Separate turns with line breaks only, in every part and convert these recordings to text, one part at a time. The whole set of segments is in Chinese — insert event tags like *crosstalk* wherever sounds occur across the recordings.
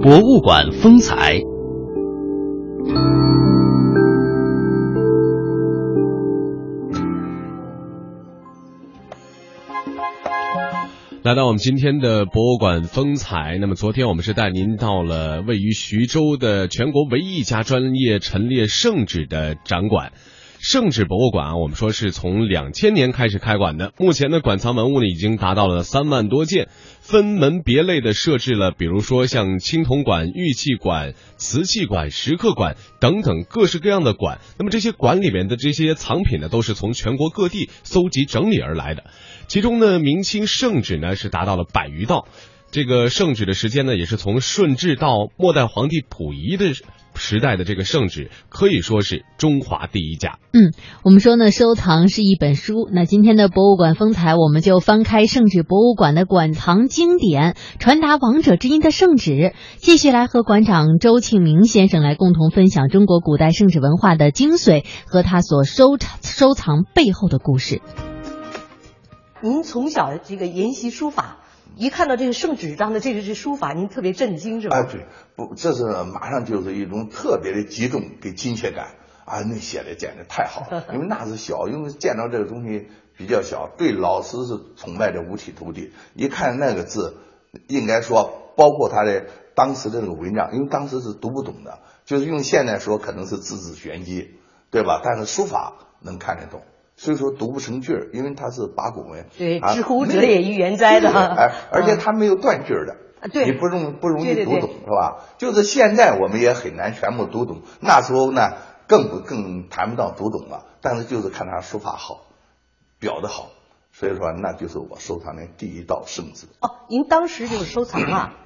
博物馆风采。
来到我们今天的博物馆风采。那么昨天我们是带您到了位于徐州的全国唯一一家专业陈列圣旨的展馆。圣旨博物馆啊，我们说是从两千年开始开馆的，目前的馆藏文物呢已经达到了三万多件，分门别类的设置了，比如说像青铜馆、玉器馆、瓷器馆、石刻馆等等各式各样的馆。那么这些馆里面的这些藏品呢，都是从全国各地搜集整理而来的。其中呢，明清圣旨呢是达到了百余道，这个圣旨的时间呢，也是从顺治到末代皇帝溥仪的时代的这个圣旨，可以说是中华第一家。
我们说呢，收藏是一本书。那今天的博物馆风采，我们就翻开圣旨博物馆的馆藏经典，传达王者之音的圣旨。继续来和馆长周庆明先生来共同分享中国古代圣旨文化的精髓和他所收藏收藏背后的故事。
您从小这个研习书法，一看到这个圣旨上的这个是书法，您特别震惊是吧？
啊，对，不，这是马上就是一种特别的激动跟亲切感啊！那写的简直太好了，因为那是小，因为见到这个东西比较小，对老师是崇拜的五体投地。一看那个字，应该说包括他的当时的那个文章，因为当时是读不懂的，就是用现在说可能是字字玄机，对吧？但是书法能看得懂。所以说读不成句儿，因为它是八股文，
对
啊
知乎
没
者
有
也亦园哉的
对 *laughs* 哎，而且
嗯
它没有断句儿的，
啊对
你不容不容易
对对
读
对
懂是吧？就是现在我们也很难全部读懂，那时候呢更不更谈不到读懂了，但是就是看他书法好，表的好，所以说那就是我收藏的第一道圣旨。
哦，您当时就是收藏啊？
嗯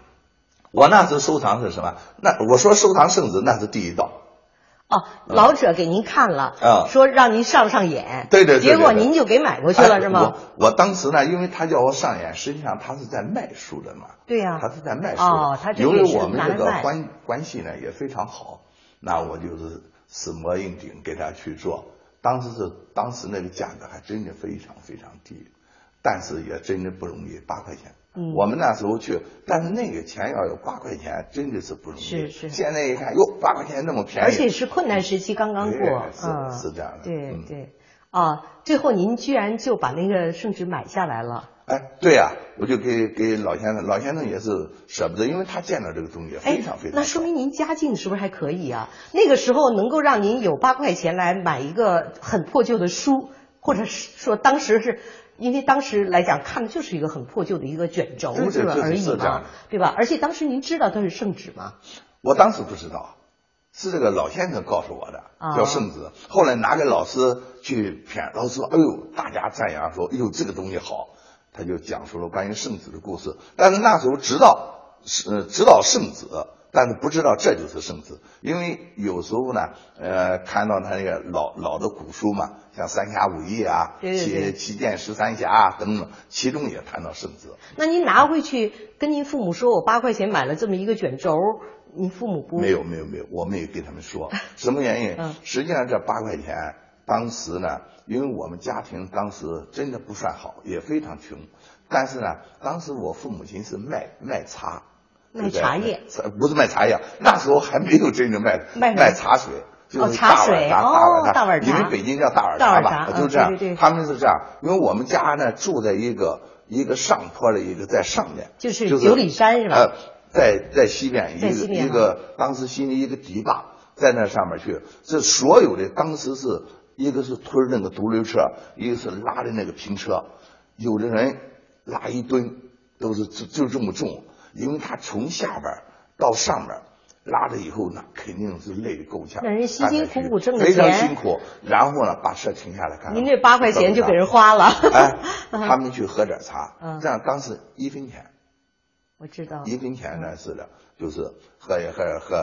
我那时候收藏是什么？那我说收藏圣旨那是第一道，
哦，老者给您看了，
啊
说让您上上眼，
对对对对
结果
对
您就给买过去了、
哎
是吗？？
我我当时呢，因为他叫我上演，实际上他是在卖书的嘛。
对呀
他是在卖书。
啊
啊
哦他这
由
个
于
也是
我们
拿来
这个
卖
关关系呢也非常好，那我就是死磨硬顶给他去做。当时是当时那个价格还真的非常非常低，但是也真的不容易，八块钱。
嗯
我们那时候去，但是那个钱要有八块钱，真的是不容易。
是是
现在一看，哟，八块钱那么便宜，
而且是困难时期刚刚过，
哎是
嗯，
是这样的
对
嗯
对，啊，最后您居然就把那个圣旨买下来了。
哎，对呀、我就给给老先生，老先生也是舍不得，因为他见到这个东西非常非常。
哎那说明您家境是不是还可以啊？那个时候能够让您有八块钱来买一个很破旧的书，或者是说当时是因为当时来讲看的就是一个很破旧的一个卷轴，
对对
吧？
对
而
是
已
这样
嘛
的，
对吧？而且当时您知道它是圣旨吗？
我当时不知道，是这个老先生告诉我的，
啊
叫圣旨。后来拿给老师去骗，老师说：“哎呦，大家赞扬说，哎呦，这个东西好。”他就讲述了关于圣旨的故事。但是那时候知道是呃知道圣旨，但是不知道这就是圣旨，因为有时候呢，呃，看到他那个老老的古书嘛，像《三侠五义》啊，
对对对
七七剑十三侠》啊等等，其中也谈到圣旨。
那您拿回去跟您父母说，我八块钱买了这么一个卷轴，您父母不
没有没有没有，我没有跟他们
*laughs*
说什么原因。
嗯
实际上这八块钱，当时呢，因为我们家庭当时真的不算好，也非常穷，但是呢，当时我父母亲是卖卖茶，
卖
对不对
茶叶，
不是卖茶叶，那时候还没有真正卖
卖什么
卖茶水。就
哦
是
茶
大碗
水
茶
哦
大碗茶，
大碗茶
你们北京叫大碗茶
大碗
吧，
茶
就这
嗯
样
对对对。
他们是这样，因为我们家呢住在一个一个上坡的一个在上面，
就是九里山是吧
呃在在西边一
在
个
西边啊
一个当时新的一个堤坝，在那上面去，这所有的当时是一个是推那个独轮车，一个是拉的那个平车，有的人拉一吨都是就就这么重，因为他从下边儿到上边儿拉了以后呢，肯定是累得够呛，
那人辛辛苦苦挣的
非常
钱
辛苦，然后呢把车停下来看看，
您这八块钱就给人
喝
花了。
点茶，哎，他们去喝点茶
嗯，
这样当时一分钱。
我知道，
一分钱呢是的，就是喝一喝喝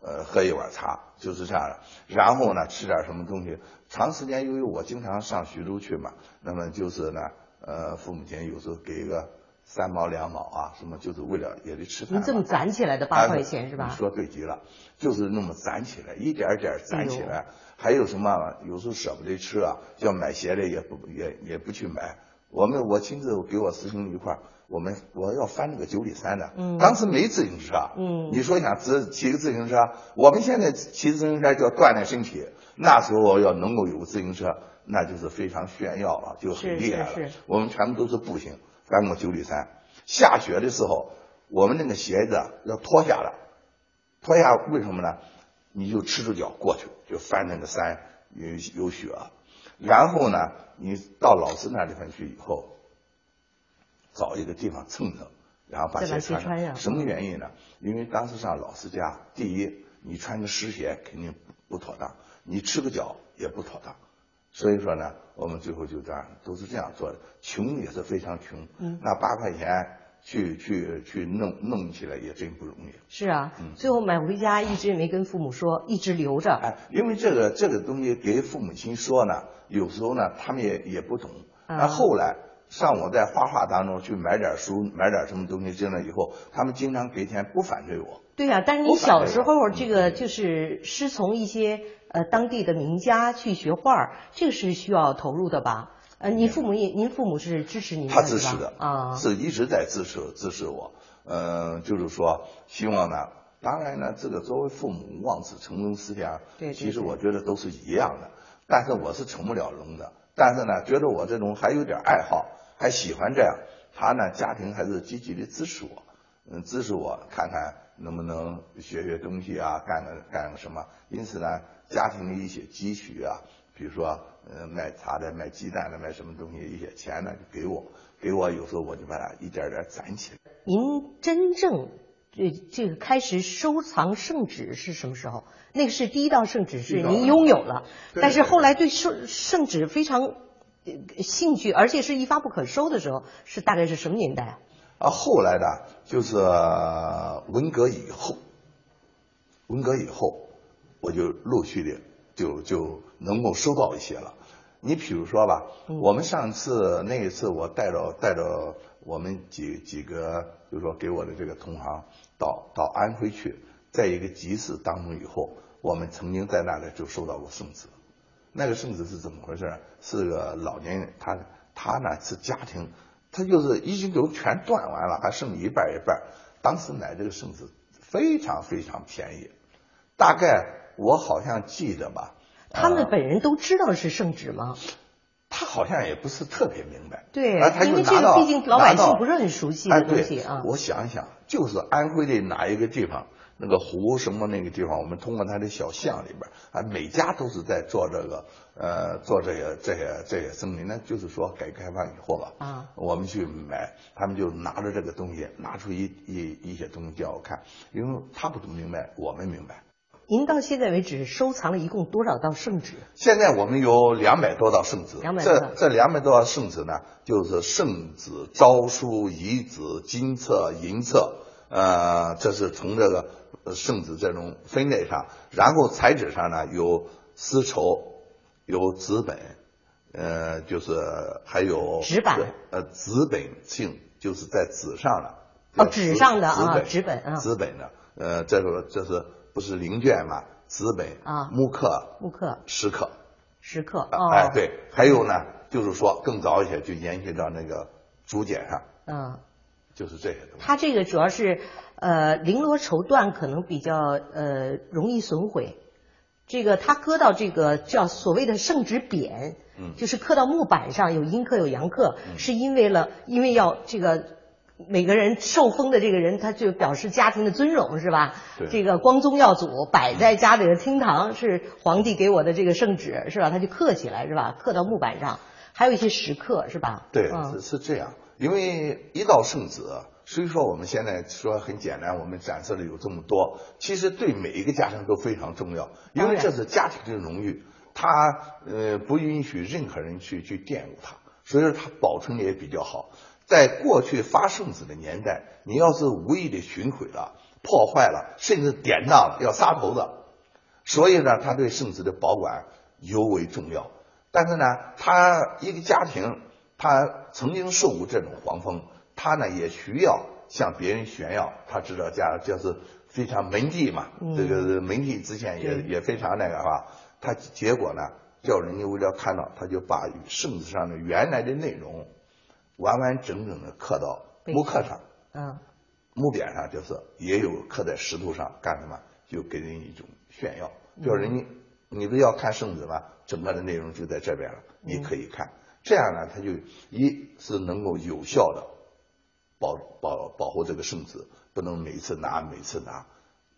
呃喝一碗茶，就是这样的。然后呢吃点什么东西，长时间由于我经常上徐州去嘛，那么就是呢呃父母亲有时候给个三毛两毛啊什么，就是为了也得吃饭
您
嘛。
这么攒起来的八
哎
块钱是
你
吧？
说对极了，就是那么攒起来，一点儿一点儿攒起
哎
来。还有什么啊？有时候舍不得吃啊，要买鞋的也不也也不去买。我们我亲自给我师兄一块儿，我们我要翻这个九里山的，
嗯
当时没自行车，
嗯
你说想自骑个自行车，我们现在骑自行车就要锻炼身体，那时候要能够有个自行车，那就是非常炫耀了，就很
是
厉害了。
是是
我们全部都是步行翻过九里山，下雪的时候，我们那个鞋子啊要脱下来，脱下为什么呢？你就赤着脚过去，就翻那个山，有有雪，啊然后呢，你到老师那地方去以后，找一个地方蹭蹭，然后把
再把
鞋
鞋
穿
穿上
上。什么原因呢？因为当时上老师家，第一，你穿个湿鞋肯定不妥当，你赤个脚也不妥当。所以说呢，我们最后就这样，都是这样做的。穷也是非常穷，
嗯
那八块钱去去去弄弄起来也真不容易。
是啊
嗯，
最后买回家一直也没跟父母说，一直留着。
哎，因为这个这个东西给父母亲说呢，有时候呢他们也也不懂。
啊
那后来上我在画画当中去买点书，买点什么东西进来以后，他们经常给钱，不反对我。
对呀、但是你
我反
小
对
时
了
候
嗯
这个就是师从一些呃当地的名家去学画儿，这个是需要投入的吧？呃，你父母也，您父母是支持您的，
他支
是吧
持的
啊，
是一直在支持支持我。呃，就是说，希望呢，当然呢，这个作为父母望子成龙思想，
对对
其实
对
我觉得都是一样的，但是我是成不了龙的，但是呢，觉得我这种还有点爱好，还喜欢这样，他呢，家庭还是积极的支持我，嗯，支持我看看能不能学学东西啊，干个干个什么，因此呢，家庭的一些积蓄啊，比如说，呃，卖茶的、卖鸡蛋的、卖什么东西，一些钱呢就给我，给我有时候我就把它一点点攒起来。
您真正这这个开始收藏圣旨是什么时候？那个是第一道圣旨
第
是
一道
您拥有了，
对
但是
对对
后来对圣圣旨非常呃兴趣，而且是一发不可收的时候，是大概是什么年代啊？
啊，后来呢，就是呃文革以后，文革以后，我就陆续的就就能够收到一些了。你比如说吧，
嗯
我们上次那一次，我带着带着我们几几个，就是说给我的这个同行到到安徽去，在一个集市当中以后，我们曾经在那里就收到过圣旨。那个圣旨是怎么回事儿？是个老年人，他他呢是家庭，他就是已经都全断完了，还剩一半儿一半儿。当时买这个圣旨非常非常便宜，大概我好像记得吧，
他
呃
们本人都知道是圣旨吗？
他好像也不是特别明白。
对
啊，他
因
就
为这
拿
个
到
毕竟老百
拿到
姓不是很熟悉的
哎
东
对
西啊
我想一想，就是安徽的哪一个地方，那个湖什么那个地方，我们通过他的小巷里边儿，啊，每家都是在做这个，呃，做这些这些这些生意。那就是说，改革开放以后吧，
啊，
我们去买，他们就拿着这个东西，拿出一一一些东西叫我看，因为他不明白，我们明白。
您到现在为止收藏了一共多少道圣旨？
现在我们有两百多道圣旨，
200多道
这这两百多道圣旨呢，就是圣旨、诏书、遗旨、金册、银册，呃，这是从这个呃圣旨这种分类上，然后材质上呢有丝绸，有纸本，呃，就是还有
纸板，
呃，纸本性就是在纸上的，
哦
叫
纸上的啊纸
呃纸
本啊
纸本的，呃，这个这是不是零卷嘛？纸本
啊
木刻
木刻、
石刻。
石刻
啊
哦，
哎，，对，还有呢，就是说更早一些就延续到那个竹简上，
嗯，
就是这些东西。
它这个主要是呃绫罗绸缎可能比较呃容易损毁，这个它搁到这个叫所谓的圣旨匾，
嗯
就是刻到木板上有阴刻有阳刻，是因为了因为要这个。每个人受封的这个人，他就表示家庭的尊荣，是吧？
对嗯
这个光宗耀祖，摆在家里的厅堂是皇帝给我的这个圣旨，是吧？他就刻起来，是吧？刻到木板上，还有一些石刻，是吧？
对，
嗯
是是这样，因为一道圣旨，虽说我们现在说很简单，我们展示的有这么多，其实对每一个家庭都非常重要，因
当
为
然
这是家庭的荣誉，它呃不允许任何人去去玷污它，所以说它保存的也比较好。在过去发圣旨的年代，你要是无意的损毁了、破坏了，甚至典当了，要杀头的。所以呢，他对圣旨的保管尤为重要。但是呢，他一个家庭，他曾经受过这种黄风，他呢也需要向别人炫耀，他知道家就是非常门第嘛，
嗯
这个门第之见也
对
也非常那个哈、他结果呢，叫人家为了看到，他就把圣旨上的原来的内容完完整整的刻到
碑
木刻上、
嗯，
木匾上，就是也有刻在石头上，干什么？就给人一种炫耀，就是人家你不是要看圣旨吗？整个的内容就在这边了，你可以看。这样呢，它就一是能够有效的保保保护这个圣旨，不能每次拿每次拿，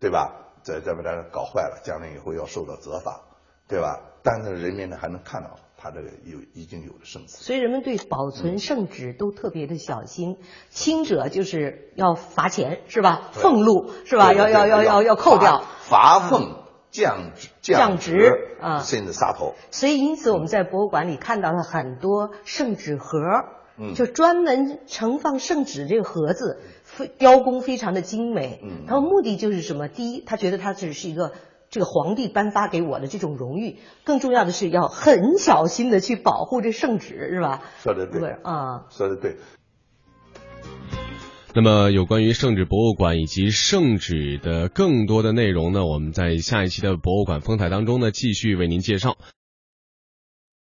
对吧？在这边儿搞坏了，将来以后要受到责罚，对吧？但是人民呢还能看到他这个有已经有的圣旨。
所以人们对保存圣旨都特别的小心，轻者就是要罚钱是吧？
对
俸禄是吧？
对
要
对
要要
对啊
要要扣掉。嗯
罚罚俸、降职、
降职
职
啊
甚至杀头。
所以因此我们在博物馆里看到了很多圣旨盒，
嗯
就专门盛放圣旨这个盒子，非雕工非常的精美。
嗯
然后目的就是什么？第一，他觉得他只是一个。这个皇帝颁发给我的这种荣誉，更重要的是要很小心的去保护这圣旨，是吧？
说的对
不是啊，
说的对，
那么，有关于圣旨博物馆以及圣旨的更多的内容呢，我们在下一期的博物馆风采当中呢，继续为您介绍。